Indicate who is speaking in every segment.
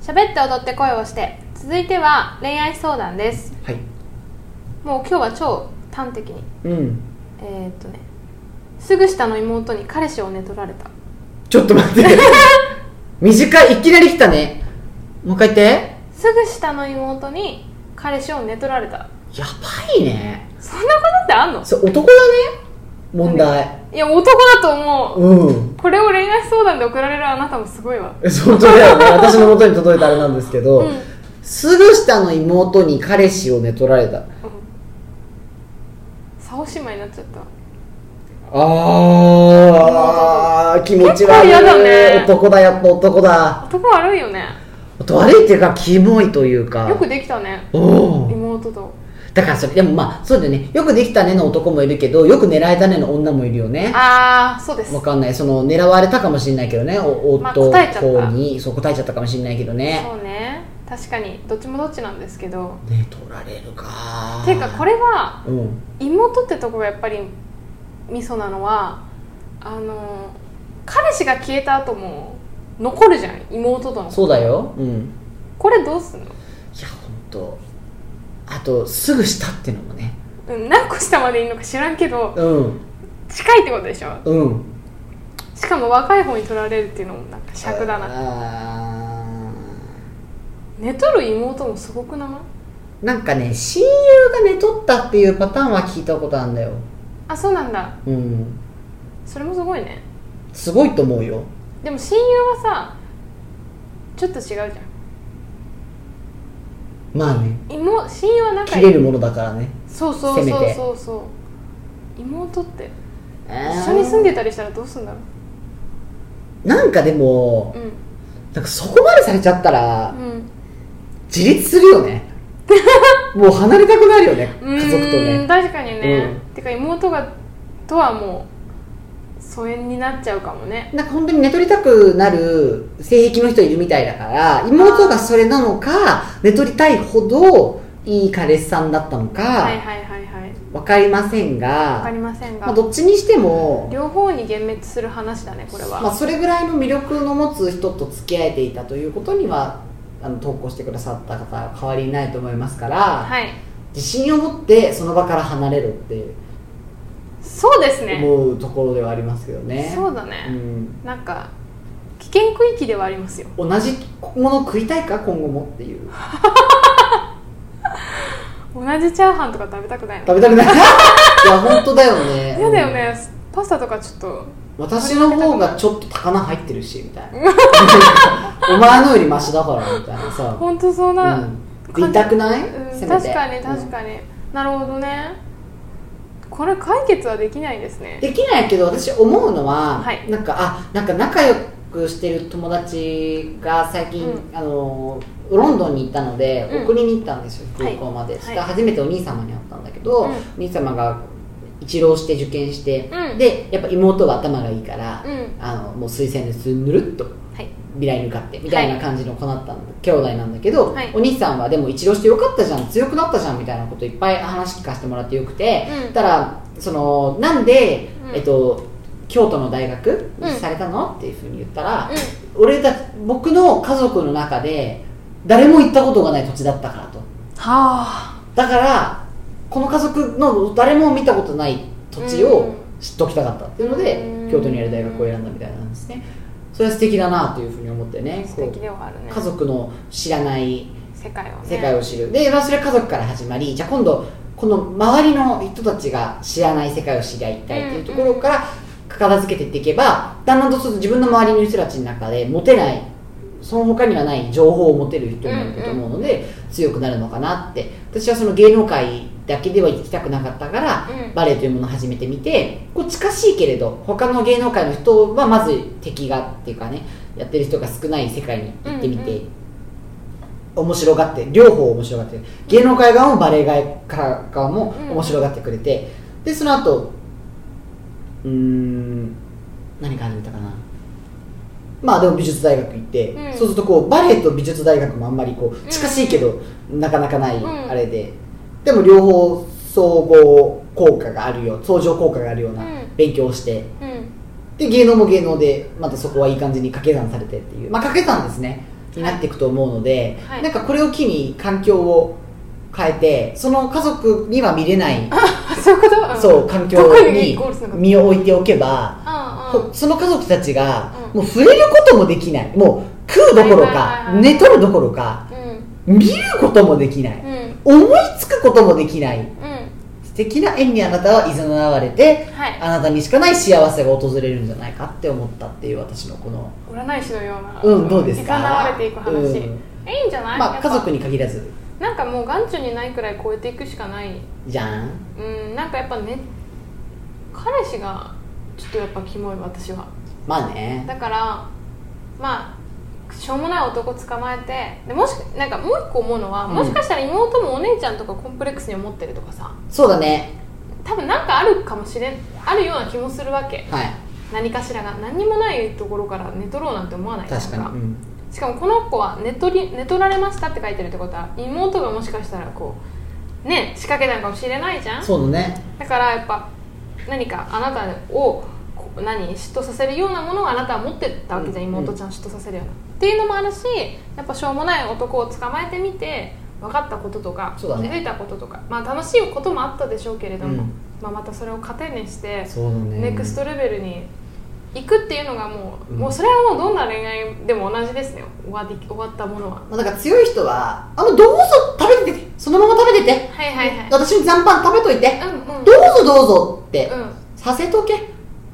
Speaker 1: 喋って踊って声をして続いては恋愛相談です
Speaker 2: はい
Speaker 1: もう今日は超端的に
Speaker 2: うん
Speaker 1: えー、っとねすぐ下の妹に彼氏を寝取られた
Speaker 2: ちょっと 待って短いいきなり来たねもう一回言って
Speaker 1: すぐ下の妹に彼氏を寝取られた
Speaker 2: やばいね
Speaker 1: そんなことってあんの
Speaker 2: それ男だね問題
Speaker 1: いや男だと思う
Speaker 2: うん
Speaker 1: これを恋愛相談で送られるあなたもすごいわ
Speaker 2: 相当だよね私の元に届いたあれなんですけど、
Speaker 1: うん、うん
Speaker 2: すぐ下の妹に彼氏を寝取られた
Speaker 1: 竿姉妹になっちゃった
Speaker 2: あー気持ち悪い
Speaker 1: 結構嫌だね
Speaker 2: 男だやっぱ男だ
Speaker 1: 男悪いよね
Speaker 2: 悪いっていうかキモいというか
Speaker 1: よくできたね
Speaker 2: おー
Speaker 1: 妹と
Speaker 2: だからそれでもまあそうだよねよくできたねの男もいるけどよく狙えたねの女もいるよね
Speaker 1: ああそうです
Speaker 2: わかんないその狙われたかもしれないけどねお
Speaker 1: まあ
Speaker 2: 夫
Speaker 1: 答えちゃった
Speaker 2: にそう答えちゃったかもしれないけどね
Speaker 1: そうね確かにどっちもどっちなんですけど
Speaker 2: ね取られるか
Speaker 1: ていうかこれは
Speaker 2: うん
Speaker 1: 妹ってとこがやっぱりミソなのはあの彼氏が消えた後も残るじゃん妹との
Speaker 2: そうだようん
Speaker 1: これどうすんの、
Speaker 2: いや本当あとすぐ下っていうのもね
Speaker 1: うん、何個下までいいのか知らんけど
Speaker 2: うん
Speaker 1: 近いってことでしょ
Speaker 2: うん
Speaker 1: しかも若い方に取られるっていうのもなんか尺だな
Speaker 2: な
Speaker 1: 寝とる妹もすごくない
Speaker 2: なんかね親友が寝取ったっていうパターンは聞いたことあるんだよ
Speaker 1: あそうなんだ
Speaker 2: うん
Speaker 1: それもすごいね
Speaker 2: すごいと思うよ
Speaker 1: でも親友はさちょっと違うじゃん
Speaker 2: まあね
Speaker 1: 妹親友は仲
Speaker 2: 切
Speaker 1: い
Speaker 2: れ
Speaker 1: い
Speaker 2: るものだからね
Speaker 1: そうそう
Speaker 2: せめ
Speaker 1: そう
Speaker 2: て
Speaker 1: そうそう妹って一緒に住んでたりしたらどうすんだろ
Speaker 2: なんかでも
Speaker 1: ううん
Speaker 2: なんかそこまでされちゃったら
Speaker 1: うん
Speaker 2: 自立する よねもう離れたくなるよね
Speaker 1: うーん
Speaker 2: 家族とね
Speaker 1: 確かにね、
Speaker 2: う
Speaker 1: てか妹がとはもう疎遠になっちゃうかもね
Speaker 2: なんか本当に寝取りたくなる性癖の人いるみたいだから妹がそれなのか寝取りたいほどいい彼氏さんだったのか
Speaker 1: はいはいはいはい
Speaker 2: わかりませんが
Speaker 1: わかりませんが、
Speaker 2: まあ、どっちにしても、
Speaker 1: 両方に幻滅する話だねこれは、
Speaker 2: まあ、それぐらいの魅力の持つ人と付き合えていたということにはあの投稿してくださった方は変わりないと思いますから、
Speaker 1: はい
Speaker 2: 自信を持ってその場から離れろって
Speaker 1: そうですね
Speaker 2: 思うところではありますけどね
Speaker 1: そうだ
Speaker 2: う
Speaker 1: ね、
Speaker 2: ん、
Speaker 1: なんか危険区域ではありますよ
Speaker 2: 同じもの食いたいか今後もっていう
Speaker 1: 同じチャーハンとか食べたくないの
Speaker 2: 食べたくないい や本当だよね
Speaker 1: 嫌だよねパスタとかちょっと
Speaker 2: 私の方がちょっと高菜入ってるしみたい なお前のよりマシだからみたいなさ、
Speaker 1: 本当そうな、
Speaker 2: うん、で痛くない、
Speaker 1: うん
Speaker 2: せめ
Speaker 1: 確
Speaker 2: て
Speaker 1: かに確かに、なるほどねこれ解決はできないですね
Speaker 2: できないけど私思うのは、
Speaker 1: はい
Speaker 2: なんかあなんか仲良くしてる友達が最近、
Speaker 1: う
Speaker 2: あのロンドンに行ったので、
Speaker 1: うん
Speaker 2: 送りに行ったんですよ
Speaker 1: は
Speaker 2: 空
Speaker 1: い
Speaker 2: 港まで、そした
Speaker 1: は
Speaker 2: ら
Speaker 1: い
Speaker 2: 初めてお兄様に会ったんだけ
Speaker 1: う
Speaker 2: ど、
Speaker 1: ん
Speaker 2: お兄様が一浪して受験して、
Speaker 1: うん
Speaker 2: でやっぱ妹は頭がいいから、
Speaker 1: うん
Speaker 2: あのもう推薦でスぬるっと
Speaker 1: はい
Speaker 2: 未来に向かってみたいな感じの子だったんだ、兄弟なんだけど、
Speaker 1: はい
Speaker 2: お兄さんはでも一浪してよかったじゃん強くなったじゃんみたいなこといっぱい話聞かせてもらってよくて、
Speaker 1: うん
Speaker 2: たらそのなんで、
Speaker 1: うん
Speaker 2: えっと京都の大学
Speaker 1: うん
Speaker 2: にされたの、っていうふうに言ったら、
Speaker 1: う
Speaker 2: 俺た僕の家族の中で誰も行ったことがない土地だったからと
Speaker 1: んはあ
Speaker 2: だからこの家族の誰も見たことない土地
Speaker 1: う
Speaker 2: を
Speaker 1: ん
Speaker 2: 知っておきたかったっていうので、
Speaker 1: うん
Speaker 2: 京都にある大学を選んだみたいなんですねそれは素敵だなというふうに思ってね
Speaker 1: 素
Speaker 2: こう
Speaker 1: 敵ではあるね
Speaker 2: 家族の知らない
Speaker 1: 世界をね
Speaker 2: 世界を知る、でまあそれは家族から始まりじゃあ今度この周りの人たちが知らない世界を知り合いたいっていうところから片付けていっていけばだんだんとすると自分の周りの人たちの中で持てないその他にはない情報を持てる人になると思うので、強くなるのかなって私はその芸能界だけでは行きたくなかったから、
Speaker 1: うん
Speaker 2: バレエというものを始めてみてこう近しいけれど他の芸能界の人はまず敵がっていうかねやってる人が少ない世界に行ってみて、
Speaker 1: うんう
Speaker 2: 面白がって両方面白がって芸能界側もバレエ界側も面白がってくれて、でその後うーん何か始めたかなまあでも美術大学行って、
Speaker 1: うん
Speaker 2: そうするとこうバレエと美術大学もあんまりこう近しいけど、なかなかない
Speaker 1: うん
Speaker 2: あれで、でも両方総合効果があるよ相乗効果があるような
Speaker 1: うん
Speaker 2: 勉強をして
Speaker 1: うん
Speaker 2: で芸能も芸能でまたそこはいい感じに掛け算されてっていうまあ掛け算ですねになっていくと思うので、
Speaker 1: はい
Speaker 2: なんかこれを機に環境を変えてその家族には見れない
Speaker 1: あそういうことうん
Speaker 2: そう環境
Speaker 1: どこにイ
Speaker 2: に
Speaker 1: コールするのか
Speaker 2: 身を置いておけば
Speaker 1: うんうん
Speaker 2: こその家族たちが
Speaker 1: う
Speaker 2: もう触れることもできないもう食うどこ
Speaker 1: は
Speaker 2: ろ
Speaker 1: いはい
Speaker 2: か
Speaker 1: はい
Speaker 2: 寝取るどころか
Speaker 1: うん
Speaker 2: 見ることもできない
Speaker 1: うん
Speaker 2: 思いつくこともできない
Speaker 1: うん
Speaker 2: 素敵な縁にあなたは誘われて
Speaker 1: はい
Speaker 2: あなたにしかない幸せが訪れるんじゃないかって思ったっていう私のこの
Speaker 1: 占い師のような
Speaker 2: うんどうですか
Speaker 1: いざなわれていく話、
Speaker 2: うん
Speaker 1: えいいんじゃない、
Speaker 2: ま
Speaker 1: や
Speaker 2: あ
Speaker 1: っぱ
Speaker 2: 家族に限らず
Speaker 1: なんかもう眼中にないくらい超えていくしかない
Speaker 2: じゃん
Speaker 1: うんなんかやっぱね彼氏がちょっとやっぱキモい私は
Speaker 2: まあね
Speaker 1: だからまあしょうもない男捕まえてでもしなんかもう一個思うのは、
Speaker 2: うん
Speaker 1: もしかしたら妹もお姉ちゃんとかコンプレックスに思ってるとかさ
Speaker 2: そうだね
Speaker 1: 多分なんかあるかもしれんあるような気もするわけ
Speaker 2: はい
Speaker 1: 何かしらが何にもないところから寝取ろうなんて思わない
Speaker 2: 確かに、
Speaker 1: なん
Speaker 2: うん
Speaker 1: しかもこの子は寝取り寝取られましたって書いてるってことは妹がもしかしたらこうね仕掛けたのかもしれないじゃん
Speaker 2: そうだね
Speaker 1: だからやっぱ何かあなたをこう何嫉妬させるようなものをあなたは持ってたわけじゃん、
Speaker 2: うん
Speaker 1: 妹ちゃんを嫉妬させるようなっていうのもあるしやっぱしょうもない男を捕まえてみて分かったこととか、気
Speaker 2: そうだね
Speaker 1: づいたこととか、まあ、楽しいこともあったでしょうけれども、
Speaker 2: うん
Speaker 1: まあ、またそれを糧にして
Speaker 2: そうだね
Speaker 1: ネクストレベルに行くっていうのがもう,、
Speaker 2: うん
Speaker 1: もうそれはもうどんな恋愛でも同じですね終わり終わったものは
Speaker 2: まあ、だから強い人はあのどうぞ食べててそのまま食べてて
Speaker 1: はいはいはい
Speaker 2: 私に残飯食べといて
Speaker 1: うんうん
Speaker 2: どうぞどうぞって
Speaker 1: うん
Speaker 2: させとけっ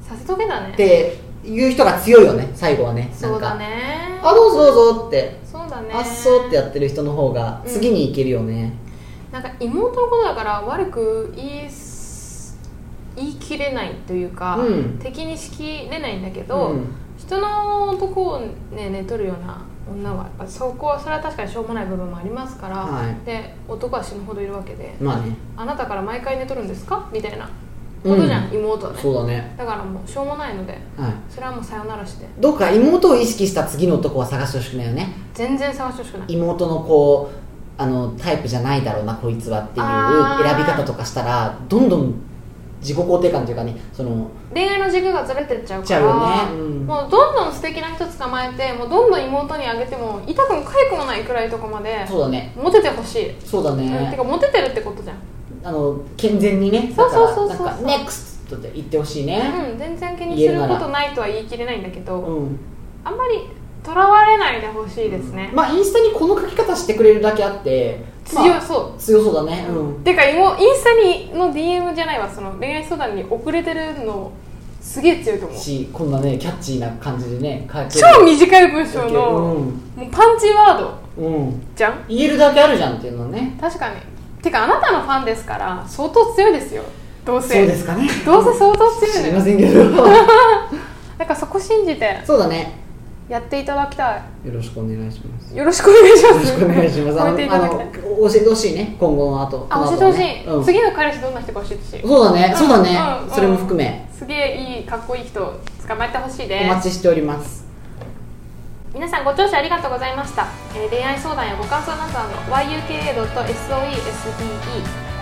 Speaker 1: させとけだね
Speaker 2: ていう人が強いよね最後はねなんか
Speaker 1: そうだね
Speaker 2: あどうぞどうぞって
Speaker 1: そうだね
Speaker 2: あっそうってやってる人の方が次に行けるよね、
Speaker 1: なんか妹のことだから悪く言いす言い切れないというか、
Speaker 2: うん
Speaker 1: 敵にしきれないんだけ
Speaker 2: うん
Speaker 1: ど、人の男をね寝取るような女はやっぱそこはそれは確かにしょうもない部分もありますから、
Speaker 2: はい
Speaker 1: で男は死ぬほどいるわけで
Speaker 2: まあね
Speaker 1: あなたから毎回寝取るんですかみたいなことじゃん、
Speaker 2: う
Speaker 1: 妹はね
Speaker 2: そうだね
Speaker 1: だからもうしょうもないので
Speaker 2: はい
Speaker 1: それはもうさよならして
Speaker 2: どうか妹を意識した次の男は探してほしくないよね
Speaker 1: 全然探してほしくない
Speaker 2: 妹のこうあのタイプじゃないだろうなこいつはって
Speaker 1: あ
Speaker 2: いう
Speaker 1: ー
Speaker 2: 選び方とかしたらどんどん自己肯定感というかねその
Speaker 1: 恋愛の軸がずれてっちゃう
Speaker 2: ち
Speaker 1: か
Speaker 2: ゃ
Speaker 1: ら
Speaker 2: うよね、うん
Speaker 1: もうどんどん素敵な人捕まえてもうどんどん妹にあげても痛くもかゆくもないくらいとこまで
Speaker 2: そうだね
Speaker 1: モテてほしい、
Speaker 2: そうだ
Speaker 1: うんて
Speaker 2: ね、
Speaker 1: かモテてるってことじゃん
Speaker 2: あの健全にね
Speaker 1: そうそうそうそう
Speaker 2: だからなんか「NEXT」って言ってほしいね
Speaker 1: うん全然気に
Speaker 2: 言え
Speaker 1: する
Speaker 2: るな
Speaker 1: こ
Speaker 2: ら
Speaker 1: とないとは言い切れないんだけ
Speaker 2: う
Speaker 1: ど
Speaker 2: ん、
Speaker 1: あんまりとらわれないでほしいですね、
Speaker 2: まあインスタにこの書き方してくれるだけあってまあ
Speaker 1: 強そう
Speaker 2: 強そうだねうん
Speaker 1: てかもうインスタにの DM じゃないわその恋愛相談に遅れてるのすげえ強いと思う
Speaker 2: しこんなねキャッチーな感じでね書け
Speaker 1: 超短い文章
Speaker 2: る
Speaker 1: のもうパンチワード
Speaker 2: うん、うん、
Speaker 1: じゃん
Speaker 2: 言えるだけあるじゃんっていうのね
Speaker 1: 確かにてかあなたのファンですから相当強いですよどう
Speaker 2: そう
Speaker 1: せ
Speaker 2: ですかね
Speaker 1: どうせ相当強
Speaker 2: 知
Speaker 1: い
Speaker 2: り
Speaker 1: の
Speaker 2: ま
Speaker 1: よ
Speaker 2: せんけど
Speaker 1: だからそこ信じて
Speaker 2: そうだね
Speaker 1: やっていただきた
Speaker 2: よろしくお願いします
Speaker 1: いよろしくお願いし
Speaker 2: よ
Speaker 1: ま
Speaker 2: ろ
Speaker 1: す
Speaker 2: しくお願いしますあ
Speaker 1: 超え
Speaker 2: の
Speaker 1: てい
Speaker 2: あ
Speaker 1: ただきたい
Speaker 2: の教えてほしいね今後の後
Speaker 1: あ教え
Speaker 2: こ
Speaker 1: てほ
Speaker 2: の後の
Speaker 1: し
Speaker 2: ね
Speaker 1: い、
Speaker 2: うん
Speaker 1: 次の彼氏どんな人か教えてほしい
Speaker 2: そうだね、
Speaker 1: うん
Speaker 2: そうだね、
Speaker 1: うんうん
Speaker 2: それも含め
Speaker 1: すげえいいかっこいい人捕まえてほしいで
Speaker 2: お待
Speaker 1: す
Speaker 2: ちしております
Speaker 1: 皆さんご聴取ありがとうございました、えー恋愛相談やご感想などは yuka.soesde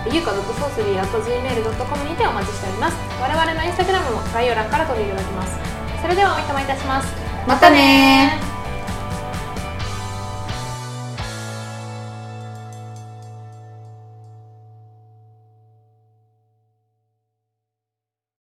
Speaker 1: ゆうか .sourcery.gmail.com にてお待ちしております我々のインスタグラムも概要欄から飛びいただきますそれではおいたまいたします
Speaker 2: またねー
Speaker 1: ね